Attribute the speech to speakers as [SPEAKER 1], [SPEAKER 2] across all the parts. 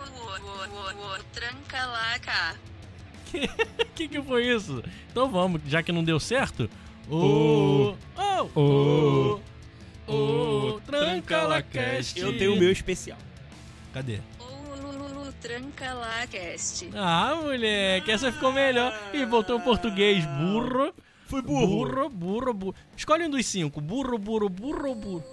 [SPEAKER 1] o, o, o, tranca lá cá.
[SPEAKER 2] que que foi isso? Então vamos, já que não deu certo.
[SPEAKER 3] O-
[SPEAKER 2] Oh!
[SPEAKER 3] O-
[SPEAKER 2] O- o- Tranca lá cast.
[SPEAKER 3] Eu tenho o meu especial.
[SPEAKER 2] Cadê?
[SPEAKER 1] Ou Lulu tranca lá cast.
[SPEAKER 2] Ah, moleque, essa ficou melhor. E voltou o português, burro.
[SPEAKER 3] Foi
[SPEAKER 2] Burro, burro, burro. Escolhe um dos cinco. Burro, burro, burro, burro.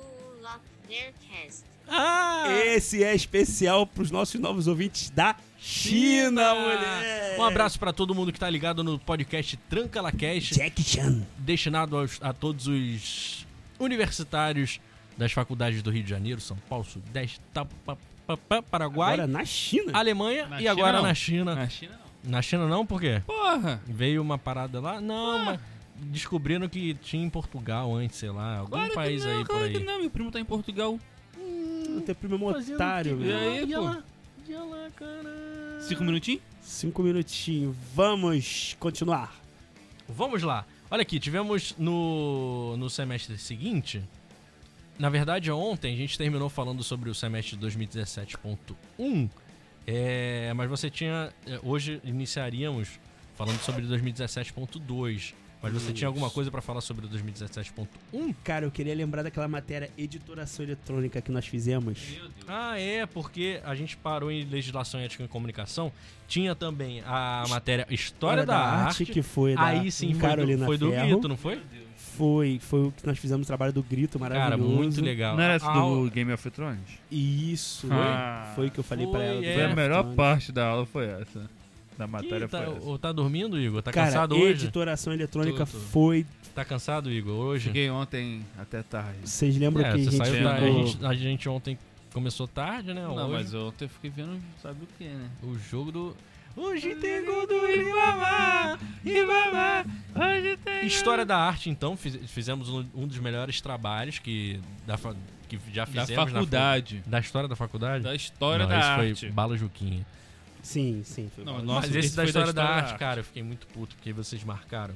[SPEAKER 1] Lopnercast.
[SPEAKER 2] Ah!
[SPEAKER 3] Esse é especial pros nossos novos ouvintes da China, mulher.
[SPEAKER 2] Um abraço pra todo mundo que tá ligado no podcast Tranca La Cast.
[SPEAKER 3] Jack Chan.
[SPEAKER 2] destinado aos- a todos os universitários das faculdades do Rio de Janeiro, São Paulo, Sudeste, tá, pa- pa- pa- Paraguai,
[SPEAKER 3] Agora na China.
[SPEAKER 2] Alemanha
[SPEAKER 4] Na
[SPEAKER 2] e
[SPEAKER 4] China,
[SPEAKER 2] agora
[SPEAKER 4] não.
[SPEAKER 2] na China.
[SPEAKER 4] Na China não.
[SPEAKER 2] Na China não, por quê?
[SPEAKER 4] Porra!
[SPEAKER 2] Veio uma parada lá? Não, mas descobriram que tinha em Portugal antes, sei lá, algum
[SPEAKER 4] Claro
[SPEAKER 2] um país
[SPEAKER 4] que não,
[SPEAKER 2] aí por
[SPEAKER 4] claro
[SPEAKER 2] aí.
[SPEAKER 4] que não. Meu primo tá em Portugal.
[SPEAKER 3] Puta, Teu primo é um
[SPEAKER 2] Fazendo
[SPEAKER 3] otário,
[SPEAKER 2] que-
[SPEAKER 4] E
[SPEAKER 3] velho.
[SPEAKER 4] aí, pô?
[SPEAKER 2] Olha lá, caralho.
[SPEAKER 4] Cinco minutinhos?
[SPEAKER 3] Cinco minutinhos. Vamos continuar.
[SPEAKER 2] Vamos lá. Olha aqui, tivemos no, no semestre seguinte. Na verdade, ontem a gente terminou falando sobre o semestre de 2017.1. é, mas você tinha. é, Hoje iniciaríamos falando sobre 2017.2. Mas você tinha alguma coisa pra falar sobre o 2017.1?
[SPEAKER 3] Cara, eu queria lembrar daquela matéria editoração eletrônica que nós fizemos.
[SPEAKER 4] Meu Deus.
[SPEAKER 2] Ah, é, porque a gente parou em legislação ética em comunicação. Tinha também a matéria História da, Arte.
[SPEAKER 3] que foi da
[SPEAKER 2] Aí sim, foi,
[SPEAKER 3] Carolina
[SPEAKER 2] do, foi do
[SPEAKER 3] Ferro.
[SPEAKER 2] Grito, não foi?
[SPEAKER 3] Foi, foi o que nós fizemos o trabalho do grito maravilhoso.
[SPEAKER 2] Cara, muito legal.
[SPEAKER 5] Não era
[SPEAKER 2] A-
[SPEAKER 5] essa do Game of Thrones?
[SPEAKER 3] Isso.
[SPEAKER 5] Ah.
[SPEAKER 3] foi o que eu falei pra
[SPEAKER 2] Foi,
[SPEAKER 3] ela. do
[SPEAKER 5] Foi
[SPEAKER 2] é.
[SPEAKER 5] a
[SPEAKER 3] Game of
[SPEAKER 5] melhor
[SPEAKER 3] Thrones.
[SPEAKER 5] parte da aula foi essa. Da matéria
[SPEAKER 2] Ih, tá,
[SPEAKER 4] é
[SPEAKER 5] foi essa.
[SPEAKER 2] ou tá dormindo, Igor? Tá
[SPEAKER 3] Cara,
[SPEAKER 2] cansado hoje?
[SPEAKER 3] editoração eletrônica
[SPEAKER 2] Tudo.
[SPEAKER 3] foi.
[SPEAKER 2] Tá cansado, Igor, hoje?
[SPEAKER 5] Cheguei ontem até tarde.
[SPEAKER 3] Vocês lembram
[SPEAKER 2] É,
[SPEAKER 3] Hum. que a
[SPEAKER 2] você
[SPEAKER 3] gente,
[SPEAKER 2] saiu
[SPEAKER 3] ficou...
[SPEAKER 2] da- a, gente, a gente ontem começou tarde, né?
[SPEAKER 4] Não,
[SPEAKER 2] hoje,
[SPEAKER 4] mas ontem eu fiquei vendo sabe o que, né?
[SPEAKER 2] O jogo do... Hoje tem gol do Ibama! Ibama! Hoje tem... História da arte, então. fiz- Fizemos um, um dos melhores trabalhos que, da, fa- que já
[SPEAKER 4] Da
[SPEAKER 2] fizemos na fa-
[SPEAKER 4] faculdade.
[SPEAKER 2] Da história um- da faculdade?
[SPEAKER 4] Da história
[SPEAKER 2] Não,
[SPEAKER 4] da
[SPEAKER 2] esse
[SPEAKER 4] arte.
[SPEAKER 2] foi Bala Juquinha.
[SPEAKER 3] Sim, sim. Foi
[SPEAKER 4] Não,
[SPEAKER 3] bom.
[SPEAKER 4] nossa,
[SPEAKER 2] mas esse,
[SPEAKER 4] esse
[SPEAKER 2] da
[SPEAKER 4] foi da
[SPEAKER 2] história da,
[SPEAKER 4] história da
[SPEAKER 2] arte,
[SPEAKER 4] arte.
[SPEAKER 2] cara, eu fiquei muito puto porque vocês marcaram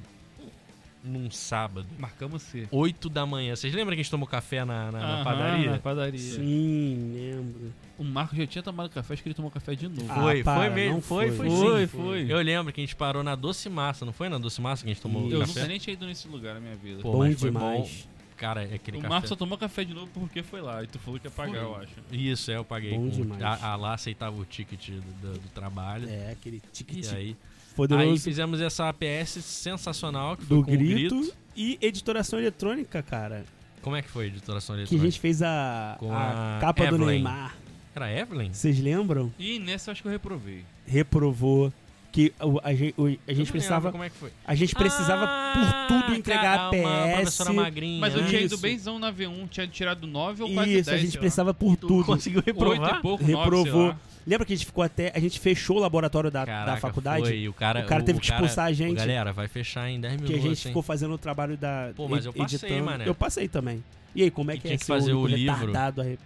[SPEAKER 2] num sábado.
[SPEAKER 5] Marcamos C.
[SPEAKER 2] 8 da manhã. Vocês lembram que a gente tomou café na, na- na
[SPEAKER 4] Aham,
[SPEAKER 2] padaria?
[SPEAKER 4] na padaria.
[SPEAKER 3] Sim, lembro.
[SPEAKER 4] O Marco já tinha tomado café, acho que ele tomou café de novo.
[SPEAKER 3] Ah,
[SPEAKER 2] Foi, foi
[SPEAKER 3] para,
[SPEAKER 2] mesmo.
[SPEAKER 3] não
[SPEAKER 2] Foi, foi,
[SPEAKER 3] foi.
[SPEAKER 2] sim.
[SPEAKER 4] foi, foi.
[SPEAKER 2] Eu lembro que a gente parou na Doce Massa, não foi na Doce Massa que a gente tomou
[SPEAKER 3] Isso.
[SPEAKER 4] Eu
[SPEAKER 2] café?
[SPEAKER 4] nunca nem tinha ido nesse lugar na minha vida.
[SPEAKER 2] Pô,
[SPEAKER 3] bom
[SPEAKER 2] mas foi
[SPEAKER 3] demais.
[SPEAKER 2] Cara, é aquele
[SPEAKER 4] o
[SPEAKER 2] café.
[SPEAKER 4] Marco só tomou café de novo porque foi lá. E tu falou que ia pagar, eu acho.
[SPEAKER 2] Isso, é, eu paguei. com-
[SPEAKER 3] Bom demais.
[SPEAKER 2] A, a lá aceitava o ticket do, do- do trabalho.
[SPEAKER 3] É, aquele
[SPEAKER 2] E
[SPEAKER 3] tique-tique
[SPEAKER 2] aí, aí
[SPEAKER 3] poderoso
[SPEAKER 2] fizemos essa APS sensacional que foi
[SPEAKER 3] do
[SPEAKER 2] com o
[SPEAKER 3] grito,
[SPEAKER 2] grito.
[SPEAKER 3] E editoração eletrônica, cara.
[SPEAKER 2] Como é que foi, editora São
[SPEAKER 3] Que a
[SPEAKER 2] Eletrônica?
[SPEAKER 3] gente fez a,
[SPEAKER 2] Com
[SPEAKER 3] a
[SPEAKER 2] a
[SPEAKER 3] capa do
[SPEAKER 2] Evelyn.
[SPEAKER 3] Neymar.
[SPEAKER 2] Era a Evelyn?
[SPEAKER 3] Vocês lembram?
[SPEAKER 4] E nessa eu acho que eu reprovei.
[SPEAKER 3] reprovou que o- a, gen- o-
[SPEAKER 2] Eu
[SPEAKER 3] a gente
[SPEAKER 2] não lembro
[SPEAKER 3] precisava
[SPEAKER 2] Como é que foi?
[SPEAKER 3] a gente precisava
[SPEAKER 2] Ah,
[SPEAKER 3] por tudo entregar
[SPEAKER 2] cara, uma
[SPEAKER 3] a PS.
[SPEAKER 2] professora magrinha.
[SPEAKER 4] Mas eu
[SPEAKER 2] né?
[SPEAKER 4] tinha ido
[SPEAKER 3] Isso.
[SPEAKER 4] benzão na V1, tinha tirado 9 ou quase 10.
[SPEAKER 3] Isso, a gente
[SPEAKER 4] sei lá.
[SPEAKER 3] precisava por tudo.
[SPEAKER 2] Conseguiu
[SPEAKER 4] Oito
[SPEAKER 2] reprovar?
[SPEAKER 4] e pouco,
[SPEAKER 3] Reprovou.
[SPEAKER 4] nove, sei lá.
[SPEAKER 3] Lembra que a gente ficou até a gente fechou o laboratório da, da
[SPEAKER 2] Caraca,
[SPEAKER 3] faculdade?
[SPEAKER 2] foi. E O cara,
[SPEAKER 3] O cara teve que expulsar
[SPEAKER 2] cara-
[SPEAKER 3] a gente.
[SPEAKER 2] Galera, vai fechar em 10
[SPEAKER 3] Que a
[SPEAKER 2] minutos.
[SPEAKER 3] gente
[SPEAKER 2] hein?
[SPEAKER 3] ficou fazendo o trabalho da
[SPEAKER 2] assim. Pô, mas eu passei,
[SPEAKER 3] editando.
[SPEAKER 2] mané.
[SPEAKER 3] Eu passei também. E aí, como é
[SPEAKER 2] E
[SPEAKER 3] que, é
[SPEAKER 2] tinha que
[SPEAKER 3] esse
[SPEAKER 2] fazer
[SPEAKER 3] único
[SPEAKER 2] o livro.
[SPEAKER 3] retardado a re-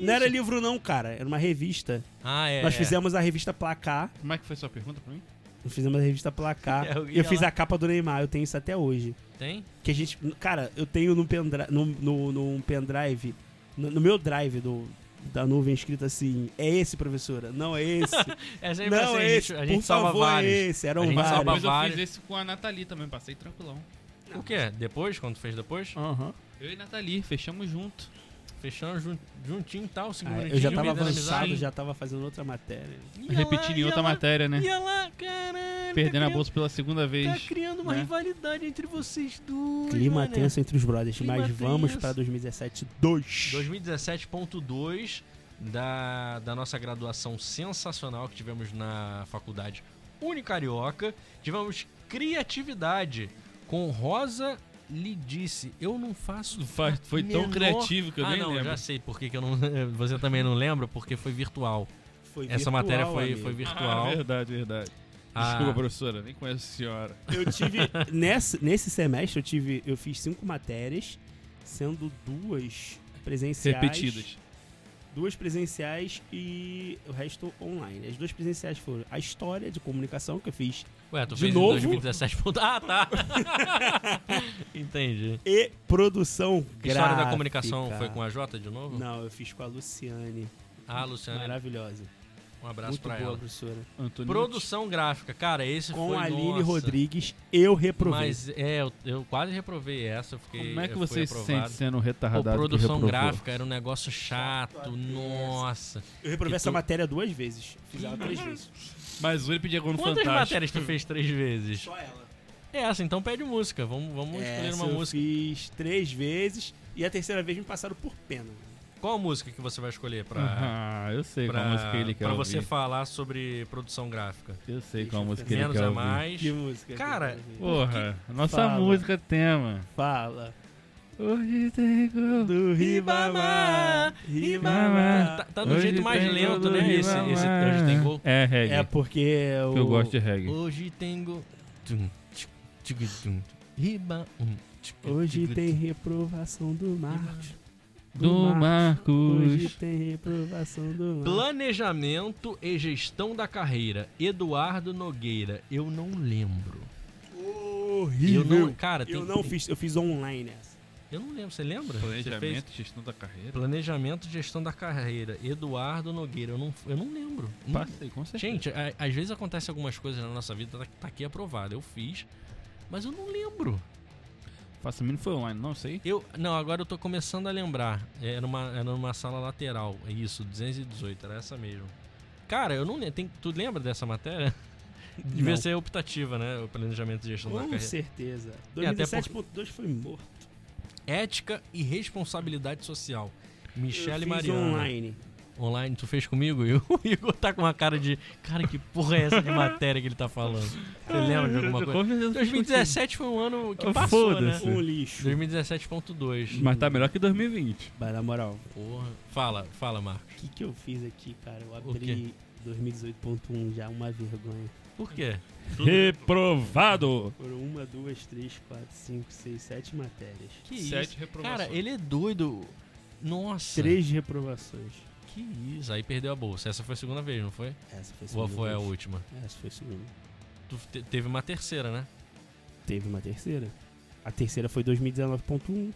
[SPEAKER 3] Não era livro não, cara, era uma revista.
[SPEAKER 2] Ah, é.
[SPEAKER 3] Nós
[SPEAKER 2] é.
[SPEAKER 3] fizemos a revista Placar,
[SPEAKER 4] Como é que foi sua pergunta pra mim?
[SPEAKER 3] nós fizemos a revista Placar.
[SPEAKER 2] Eu
[SPEAKER 3] eu
[SPEAKER 2] ia
[SPEAKER 3] fiz
[SPEAKER 2] lá.
[SPEAKER 3] a capa do Neymar, eu tenho isso até hoje.
[SPEAKER 2] Tem?
[SPEAKER 3] que a gente. Cara, eu tenho num pendrive. Num, no- num pendrive no, no meu drive do, da nuvem escrito assim: é esse, professora? Não é esse.
[SPEAKER 2] É sempre assim,
[SPEAKER 3] não é
[SPEAKER 2] a gente,
[SPEAKER 3] esse.
[SPEAKER 2] a gente
[SPEAKER 3] Por
[SPEAKER 2] salva
[SPEAKER 3] favor,
[SPEAKER 2] vários.
[SPEAKER 3] é esse. Eram
[SPEAKER 2] A gente
[SPEAKER 3] vários.
[SPEAKER 2] salva
[SPEAKER 4] Depois eu
[SPEAKER 2] vários.
[SPEAKER 4] fiz esse com a Nathalie também, passei tranquilão.
[SPEAKER 2] O quê? Depois, quando fez depois?
[SPEAKER 3] Aham.
[SPEAKER 4] Eu e Nathalie, fechamos junto.
[SPEAKER 2] Fechando jun- juntinho e tal, cinco
[SPEAKER 3] Ah,
[SPEAKER 2] minutinhos
[SPEAKER 3] eu já
[SPEAKER 2] de
[SPEAKER 3] tava
[SPEAKER 2] vida,
[SPEAKER 3] avançado,
[SPEAKER 2] amizade.
[SPEAKER 3] já tava fazendo outra matéria.
[SPEAKER 2] Ia lá,
[SPEAKER 4] Repetindo em
[SPEAKER 2] ia
[SPEAKER 4] outra
[SPEAKER 2] lá,
[SPEAKER 4] matéria, né?
[SPEAKER 2] Ia lá, caralho.
[SPEAKER 4] Perdendo
[SPEAKER 2] tá
[SPEAKER 4] a
[SPEAKER 2] criando-
[SPEAKER 4] bolsa pela segunda
[SPEAKER 2] Tá
[SPEAKER 4] vez.
[SPEAKER 2] criando uma
[SPEAKER 4] né?
[SPEAKER 2] rivalidade entre vocês dois.
[SPEAKER 3] Clima
[SPEAKER 2] mané.
[SPEAKER 3] tenso entre os brothers,
[SPEAKER 2] Clima
[SPEAKER 3] mas vamos
[SPEAKER 2] tenso.
[SPEAKER 3] pra 2017 2.
[SPEAKER 2] 2017.2 da, da nossa graduação sensacional que tivemos na faculdade Unicarioca. Tivemos criatividade com Rosa Lidice. Eu não faço.
[SPEAKER 4] Isso faz- Foi tão
[SPEAKER 2] Menor-
[SPEAKER 4] criativo que eu
[SPEAKER 2] ah,
[SPEAKER 4] nem
[SPEAKER 2] não,
[SPEAKER 4] lembro.
[SPEAKER 2] já sei por que que eu não. Você também não lembra, porque foi virtual.
[SPEAKER 3] Foi
[SPEAKER 2] Essa
[SPEAKER 3] virtual,
[SPEAKER 2] matéria foi,
[SPEAKER 3] amigo.
[SPEAKER 2] foi
[SPEAKER 4] Ah,
[SPEAKER 2] virtual.
[SPEAKER 4] verdade, verdade.
[SPEAKER 2] Ah.
[SPEAKER 4] Desculpa, professora, nem conheço a senhora.
[SPEAKER 3] Eu tive. nessa, nesse semestre eu tive. Eu fiz cinco matérias, sendo duas presenciais.
[SPEAKER 4] Repetidas.
[SPEAKER 3] duas presenciais e o resto online. As duas presenciais foram a história de comunicação que eu fiz
[SPEAKER 2] Ué, tu
[SPEAKER 3] De
[SPEAKER 2] fez
[SPEAKER 3] novo?
[SPEAKER 2] em 2017. Ah, tá. Entendi.
[SPEAKER 3] e produção gráfica.
[SPEAKER 2] História da comunicação foi com a Jota de novo?
[SPEAKER 3] Não, eu fiz com a Luciane,
[SPEAKER 2] Ah, Luciana.
[SPEAKER 3] maravilhosa.
[SPEAKER 2] Um abraço
[SPEAKER 3] Muito
[SPEAKER 2] pra
[SPEAKER 3] boa,
[SPEAKER 2] ela.
[SPEAKER 3] professora.
[SPEAKER 4] Antônio.
[SPEAKER 2] Produção gráfica, cara, esse foi
[SPEAKER 3] Com a Aline
[SPEAKER 2] nossa.
[SPEAKER 3] Rodrigues, eu reprovei.
[SPEAKER 2] Mas é, eu, eu quase reprovei essa, eu fiquei
[SPEAKER 4] Como é que
[SPEAKER 2] eu fui
[SPEAKER 4] você se sente
[SPEAKER 2] aprovado.
[SPEAKER 4] sendo
[SPEAKER 2] Pô,
[SPEAKER 4] retardado? que
[SPEAKER 2] produção
[SPEAKER 4] reprovou?
[SPEAKER 2] gráfica era um negócio chato, nossa.
[SPEAKER 4] é.
[SPEAKER 3] eu reprovei
[SPEAKER 2] que
[SPEAKER 3] essa
[SPEAKER 2] tu-
[SPEAKER 3] matéria duas vezes. Fiz ela três vezes.
[SPEAKER 4] Mas ele pedia gol no
[SPEAKER 2] Quantas
[SPEAKER 4] Fantástico.
[SPEAKER 2] matérias tu fez três vezes?
[SPEAKER 3] Só ela.
[SPEAKER 2] Essa, então pede música, vamos, vamos escolher
[SPEAKER 3] É, Essa
[SPEAKER 2] uma
[SPEAKER 3] eu
[SPEAKER 2] música.
[SPEAKER 3] fiz três vezes e a terceira vez me passaram por pena.
[SPEAKER 2] Qual a música que você vai escolher pra,
[SPEAKER 4] Ah, eu sei qual
[SPEAKER 2] pra,
[SPEAKER 4] música ele quer
[SPEAKER 2] pra você
[SPEAKER 4] ouvir.
[SPEAKER 2] falar sobre produção gráfica?
[SPEAKER 4] Eu sei
[SPEAKER 3] Deixa eu
[SPEAKER 4] qual música ele
[SPEAKER 2] Menos
[SPEAKER 4] quer
[SPEAKER 2] é
[SPEAKER 4] ouvir.
[SPEAKER 2] mais.
[SPEAKER 3] Que música.
[SPEAKER 2] Cara,
[SPEAKER 3] que eu quero ver?
[SPEAKER 4] Porra, nossa
[SPEAKER 3] Fala.
[SPEAKER 4] música é tema.
[SPEAKER 3] Fala.
[SPEAKER 4] Hoje tem gol.
[SPEAKER 3] Do
[SPEAKER 2] Ribamar,
[SPEAKER 3] Ribamar.
[SPEAKER 4] Ribamar.
[SPEAKER 2] Tá, tá do
[SPEAKER 4] Hoje
[SPEAKER 2] jeito mais
[SPEAKER 4] tem gol
[SPEAKER 2] lento,
[SPEAKER 4] do
[SPEAKER 2] né? Esse, esse
[SPEAKER 4] Ribamar.
[SPEAKER 2] hoje tem gol.
[SPEAKER 4] É, reggae.
[SPEAKER 3] É porque eu.
[SPEAKER 4] porque eu gosto de reggae.
[SPEAKER 2] Hoje tem gol. Tum, tchic, tchic, tum, riba, um, tchic,
[SPEAKER 3] Hoje
[SPEAKER 2] tchic,
[SPEAKER 3] tem
[SPEAKER 2] tum.
[SPEAKER 3] reprovação do Marcos.
[SPEAKER 4] Do
[SPEAKER 3] Hoje
[SPEAKER 4] Marcos.
[SPEAKER 3] tem reprovação do Marcos.
[SPEAKER 2] Planejamento e gestão da carreira. Eduardo Nogueira. Eu não lembro.
[SPEAKER 3] Horrível.
[SPEAKER 2] Eu não, cara, tem,
[SPEAKER 3] Eu não fiz, eu fiz online essa.
[SPEAKER 2] Eu não lembro, você lembra? Você fez
[SPEAKER 4] Planejamento, gestão da carreira.
[SPEAKER 2] planejamento e gestão da carreira. Eduardo Nogueira. Eu não, eu não lembro. Não-
[SPEAKER 4] Passei, com certeza.
[SPEAKER 2] Hum. Gente, a- às vezes acontece algumas coisas na nossa vida, tá, tá aqui aprovado. Eu fiz, mas eu não lembro.
[SPEAKER 4] Faça mínimo foi online, não sei.
[SPEAKER 2] Eu, não, agora eu tô começando a lembrar. Era uma, era uma sala lateral, é isso, 218, era essa mesmo. Cara, eu não lembro. tem- Tu lembra dessa matéria? Devia
[SPEAKER 3] Não.
[SPEAKER 2] ser optativa, né? O planejamento e gestão da
[SPEAKER 3] Com
[SPEAKER 2] carreira.
[SPEAKER 3] certeza.
[SPEAKER 2] É, até
[SPEAKER 3] 2007.2 foi morto.
[SPEAKER 2] Ética e responsabilidade social. Michele
[SPEAKER 3] eu fiz
[SPEAKER 2] Mariana.
[SPEAKER 3] online.
[SPEAKER 2] Online, tu fez comigo? E o Igor tá com uma cara de. Cara, que porra é essa de matéria que ele tá falando? Você lembra de alguma coisa? 2017 foi um ano que
[SPEAKER 4] Ah,
[SPEAKER 2] passou, né?
[SPEAKER 4] foda-se.
[SPEAKER 3] Um lixo.
[SPEAKER 2] 2017.2.
[SPEAKER 4] Mas tá melhor que 2020.
[SPEAKER 3] Mas na moral,
[SPEAKER 2] Porra. Fala, fala, Marcos.
[SPEAKER 3] o que, que eu fiz aqui, cara? Eu
[SPEAKER 2] O
[SPEAKER 3] abri 2018.1 já, uma vergonha.
[SPEAKER 2] Por quê?
[SPEAKER 4] Reprovado!
[SPEAKER 3] Foram uma, duas, três, quatro, cinco, seis, sete matérias.
[SPEAKER 2] Que
[SPEAKER 4] Sete
[SPEAKER 2] isso?
[SPEAKER 4] reprovações.
[SPEAKER 2] Cara, ele é doido. Nossa.
[SPEAKER 3] Três reprovações.
[SPEAKER 2] Que isso. Aí perdeu a bolsa. Essa foi a segunda vez, não foi?
[SPEAKER 3] Essa foi a
[SPEAKER 2] Ou
[SPEAKER 3] segunda.
[SPEAKER 2] foi a
[SPEAKER 3] vez.
[SPEAKER 2] última?
[SPEAKER 3] Essa foi a segunda.
[SPEAKER 2] Tu te- teve uma terceira, né?
[SPEAKER 3] Teve uma terceira. A terceira foi 2019.1.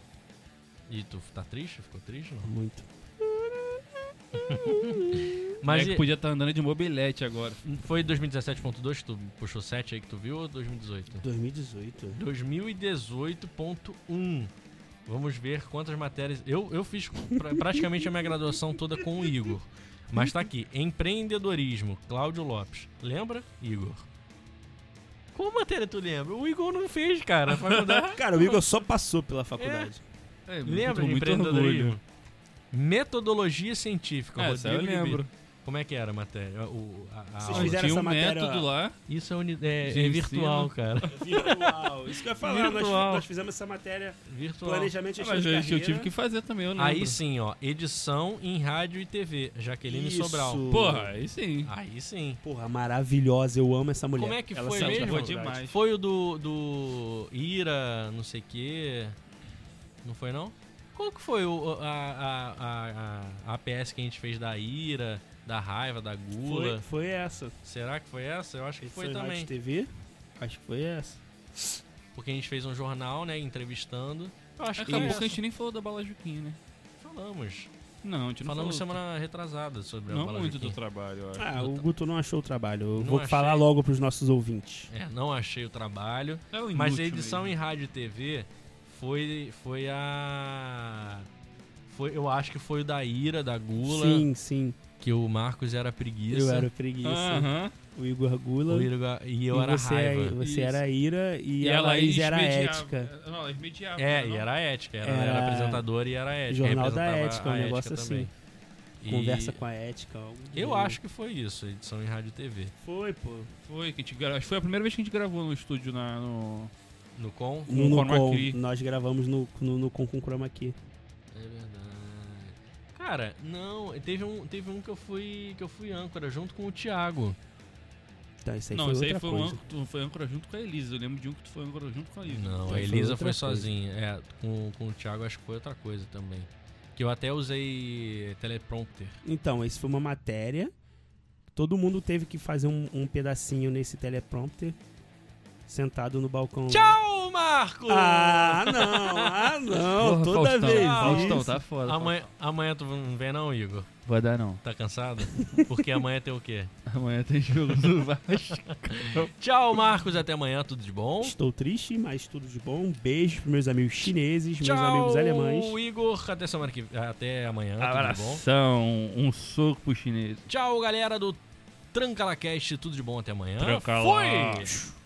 [SPEAKER 2] E tu tá triste? Ficou triste? Não?
[SPEAKER 3] Muito.
[SPEAKER 2] Mas
[SPEAKER 3] é
[SPEAKER 4] Mas
[SPEAKER 2] e-
[SPEAKER 4] podia estar andando de mobilete agora.
[SPEAKER 2] foi 2017.2 que tu puxou 7 aí que tu viu ou 2018?
[SPEAKER 3] 2018.
[SPEAKER 2] 2018.1. Vamos ver quantas matérias. Eu, eu fiz pra- praticamente a minha graduação toda com o Igor. Mas tá aqui. Empreendedorismo, Cláudio Lopes. Lembra, Igor? Qual matéria tu lembra? O Igor não fez, cara. a faculdade.
[SPEAKER 3] Cara, o Igor só passou pela faculdade.
[SPEAKER 4] É,
[SPEAKER 2] lembra de empreendedorismo? Metodologia científica.
[SPEAKER 4] Essa É, eu
[SPEAKER 2] Rodrigo Ribeiro.
[SPEAKER 4] lembro.
[SPEAKER 2] Como é que era a matéria? O- a- a
[SPEAKER 3] Vocês
[SPEAKER 2] aula.
[SPEAKER 3] fizeram
[SPEAKER 4] Tinha
[SPEAKER 3] essa
[SPEAKER 4] um
[SPEAKER 3] matéria,
[SPEAKER 4] método
[SPEAKER 3] ó.
[SPEAKER 4] lá.
[SPEAKER 2] Isso é, uni- é-
[SPEAKER 4] De
[SPEAKER 2] é virtual,
[SPEAKER 4] ensino.
[SPEAKER 2] cara.
[SPEAKER 3] Virtual. Isso que eu ia falar. Nós,
[SPEAKER 2] Virtual.
[SPEAKER 3] nós fizemos essa matéria
[SPEAKER 2] Virtual.
[SPEAKER 3] planejamento e
[SPEAKER 4] Ah, Mas eu, eu
[SPEAKER 3] gestão de
[SPEAKER 4] tive que
[SPEAKER 3] carreira.
[SPEAKER 4] fazer também, eu lembro.
[SPEAKER 2] Aí sim, ó. Edição em rádio e TV. Jaqueline
[SPEAKER 3] Isso.
[SPEAKER 2] Sobral.
[SPEAKER 4] Porra, aí sim.
[SPEAKER 2] Aí sim.
[SPEAKER 3] Porra, maravilhosa. Eu amo essa mulher.
[SPEAKER 2] Como é que
[SPEAKER 3] Ela
[SPEAKER 2] foi
[SPEAKER 3] saiu da
[SPEAKER 2] mesmo?
[SPEAKER 4] Foi
[SPEAKER 3] faculdade.
[SPEAKER 4] demais.
[SPEAKER 2] Foi o do, do Ira, não sei o quê. Não foi, não? Qual que foi o- a, a, a, a, a APS que a gente fez da Ira, da Raiva, da Gula?
[SPEAKER 3] Foi, foi essa.
[SPEAKER 2] Será que foi essa? Eu acho que foi
[SPEAKER 3] Edição em
[SPEAKER 2] também.
[SPEAKER 3] Rádio e TV? Acho que foi essa.
[SPEAKER 2] Porque a gente fez um jornal, né, entrevistando. Eu acho que
[SPEAKER 4] Acabou que a
[SPEAKER 2] é
[SPEAKER 4] gente nem falou da Bala Juquinha, né?
[SPEAKER 2] essa. Falamos.
[SPEAKER 4] Não, a gente não
[SPEAKER 2] Falamos
[SPEAKER 4] falou.
[SPEAKER 2] semana retrasada sobre a
[SPEAKER 4] Não
[SPEAKER 2] Bala
[SPEAKER 4] muito
[SPEAKER 2] Juquinha.
[SPEAKER 4] do trabalho, eu acho.
[SPEAKER 3] Ah, o Guto não achou o trabalho. Eu
[SPEAKER 2] Não
[SPEAKER 3] vou
[SPEAKER 2] achei.
[SPEAKER 3] falar logo pros nossos ouvintes.
[SPEAKER 2] É, não achei o trabalho.
[SPEAKER 4] É o
[SPEAKER 2] Mas a
[SPEAKER 4] inútil
[SPEAKER 2] edição
[SPEAKER 4] mesmo.
[SPEAKER 2] em rádio e TV foi, foi a. Foi, eu acho que foi o da Ira, da Gula,
[SPEAKER 3] Sim, sim.
[SPEAKER 2] que o Marcos era preguiça.
[SPEAKER 3] Eu era o preguiça.
[SPEAKER 4] Aham.
[SPEAKER 3] O Igor Gula.
[SPEAKER 2] o Ira- e eu
[SPEAKER 3] e
[SPEAKER 2] era
[SPEAKER 3] você, é
[SPEAKER 2] raiva.
[SPEAKER 3] Você
[SPEAKER 4] Isso.
[SPEAKER 3] era a ira e,
[SPEAKER 4] E
[SPEAKER 3] a
[SPEAKER 4] ela
[SPEAKER 3] Laís era a
[SPEAKER 4] mediava-
[SPEAKER 3] ética.
[SPEAKER 4] Não, ela mediava.
[SPEAKER 2] É,
[SPEAKER 4] não?
[SPEAKER 2] e era ética. Era,
[SPEAKER 3] Era
[SPEAKER 2] era apresentadora e era ética.
[SPEAKER 3] Jornal da
[SPEAKER 2] representava
[SPEAKER 3] Ética, um
[SPEAKER 2] a
[SPEAKER 3] negócio
[SPEAKER 2] também. E
[SPEAKER 3] Conversa com a ética. algo do
[SPEAKER 2] Eu
[SPEAKER 3] gênero.
[SPEAKER 2] acho que foi isso, a edição em rádio e TV.
[SPEAKER 3] Foi, pô.
[SPEAKER 4] Foi, que a gente gra- acho que foi a primeira vez que a gente gravou no estúdio na, no.
[SPEAKER 2] No com?
[SPEAKER 3] No,
[SPEAKER 4] Com
[SPEAKER 3] no
[SPEAKER 4] Chroma
[SPEAKER 3] com,
[SPEAKER 4] Key.
[SPEAKER 3] nós gravamos no, no, no com, com Chroma Key.
[SPEAKER 2] É verdade. Cara, não, teve um, teve um que eu fui. que eu fui âncora junto com o Thiago.
[SPEAKER 3] Tá, isso aí
[SPEAKER 4] não,
[SPEAKER 3] foi
[SPEAKER 4] esse aí
[SPEAKER 3] outra
[SPEAKER 4] foi, um,
[SPEAKER 3] coisa.
[SPEAKER 4] âncora- tu foi âncora junto com a Elisa. Eu lembro de um que tu foi âncora junto com a Elisa.
[SPEAKER 2] Não,
[SPEAKER 3] Então
[SPEAKER 2] a
[SPEAKER 3] foi
[SPEAKER 2] Elisa
[SPEAKER 3] outra
[SPEAKER 2] foi
[SPEAKER 3] coisa.
[SPEAKER 2] sozinha. É, com, com o Thiago acho que foi outra coisa também. Que eu até usei teleprompter.
[SPEAKER 3] Então, isso foi uma matéria. Todo mundo teve que fazer um, um pedacinho nesse teleprompter. Sentado no balcão. lá.
[SPEAKER 2] Tchau, Marcos!
[SPEAKER 3] Ah, não, ah, não.
[SPEAKER 4] Porra,
[SPEAKER 3] Toda
[SPEAKER 4] Faustão,
[SPEAKER 3] vez.
[SPEAKER 4] Faustão,
[SPEAKER 3] isso.
[SPEAKER 4] tá foda.
[SPEAKER 2] amanhã, amanhã tu não vem não, Igor?
[SPEAKER 4] Faustão. Vai dar não.
[SPEAKER 2] Tá cansado? Porque amanhã tem o quê?
[SPEAKER 4] Amanhã tem jogo do Vasco.
[SPEAKER 2] Tchau, Marcos. Até amanhã. Tudo de bom?
[SPEAKER 3] Estou triste, mas tudo de bom. Um beijo pros meus amigos chineses, meus
[SPEAKER 2] Tchau,
[SPEAKER 3] amigos alemães.
[SPEAKER 2] Igor. Até semana que Até amanhã. Tudo de bom?
[SPEAKER 4] Abração, um soco pro chinês.
[SPEAKER 2] Tchau, galera do Trancalacast. Tudo de bom até amanhã.
[SPEAKER 4] Trancala.
[SPEAKER 2] Fui!